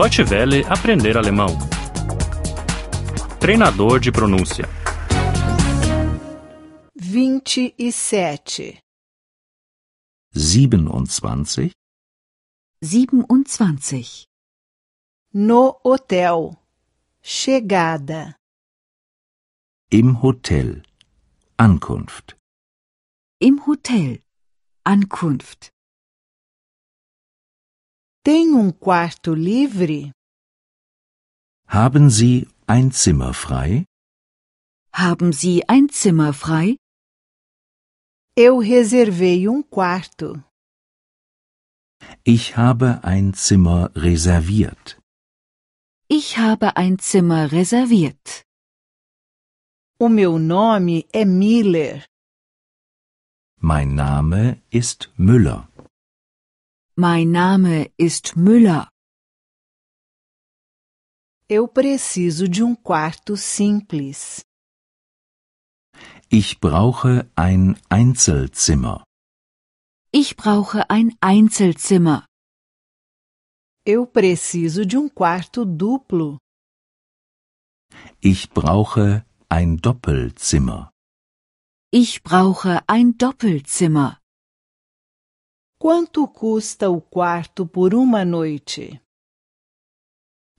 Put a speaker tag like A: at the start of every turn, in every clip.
A: Deutsche Welle aprender alemão. Treinador de pronúncia.
B: 27.
C: 27
D: 27.
B: No hotel. Chegada.
C: im Hotel. Ankunft.
D: Im Hotel. Ankunft.
B: Tem um quarto livre?
C: Haben Sie ein Zimmer frei?
D: Haben Sie ein Zimmer frei?
B: Eu reservei um quarto.
C: Ich habe ein Zimmer reserviert.
D: Ich habe ein Zimmer reserviert.
B: O meu nome é Miller.
C: Mein Name ist Müller.
D: Mein Name ist Müller.
B: Eu preciso de um quarto simples.
C: Ich brauche ein Einzelzimmer.
D: Ich brauche ein Einzelzimmer.
B: Eu preciso de um quarto duplo.
C: Ich brauche ein Doppelzimmer.
D: Ich brauche ein Doppelzimmer.
B: Quanto custa o quarto por uma noite?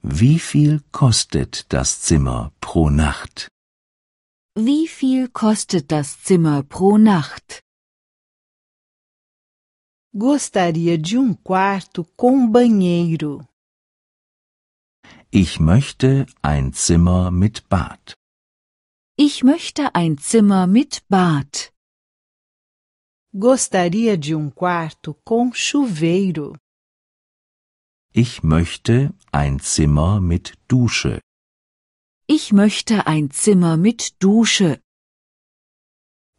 C: Wie viel kostet das Zimmer pro Nacht?
D: Wie viel kostet das Zimmer pro Nacht?
B: Gostaria de um quarto com banheiro.
C: Ich möchte ein Zimmer mit Bad.
D: Ich möchte ein Zimmer mit Bad.
B: Gostaria de um quarto com chuveiro.
C: Ich möchte ein Zimmer mit Dusche.
D: Ich möchte ein Zimmer mit Dusche.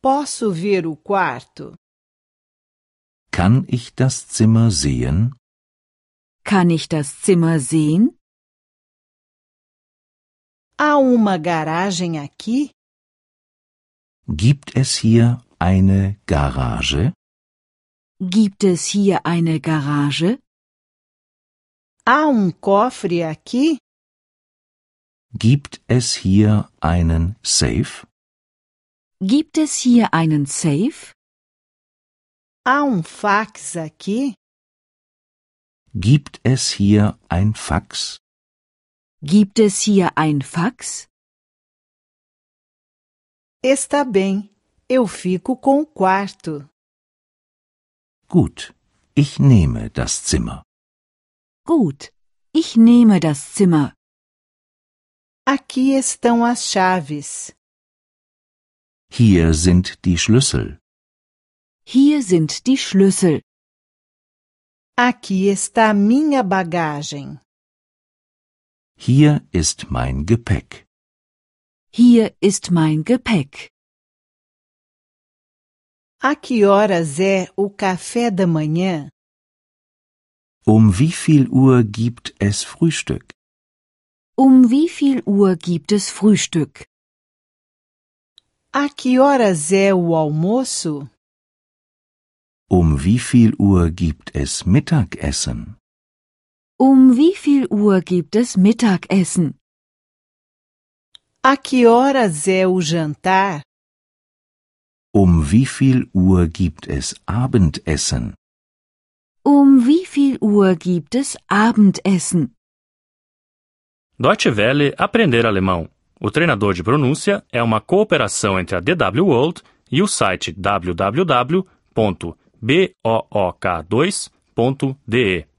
B: Posso ver o quarto?
C: Kann ich das Zimmer sehen?
D: Kann ich das Zimmer sehen?
B: Há uma garagem aqui?
C: Gibt es hier eine Garage?
D: Gibt es hier eine Garage?
B: Há um cofre aqui?
C: Gibt es hier einen Safe?
D: Gibt es hier einen Safe?
B: Há um fax aqui?
C: Gibt es hier ein Fax?
D: Gibt es hier ein Fax?
B: Está bem, eu fico com o quarto.
C: Gut, ich nehme das Zimmer.
D: Gut. Ich nehme das Zimmer.
B: Aqui estão as chaves.
C: Hier sind die Schlüssel.
D: Hier sind die Schlüssel.
B: Aqui está a minha bagagem.
C: Hier ist mein Gepäck.
D: Hier ist mein Gepäck.
B: A que horas é o café da manhã?
C: Um wie viel Uhr gibt es Frühstück?
D: Um wie viel Uhr gibt es Frühstück?
B: A que horas é o almoço?
C: Um wie viel Uhr gibt es Mittagessen?
D: Um wie viel Uhr gibt es Mittagessen?
B: A que horas é o jantar?
C: Um wie viel Uhr gibt es Abendessen?
D: Um wie viel Uhr gibt es Abendessen?
A: Deutsche Welle aprender alemão. O treinador de pronúncia é uma cooperação entre a DW World e o site www.book2.de.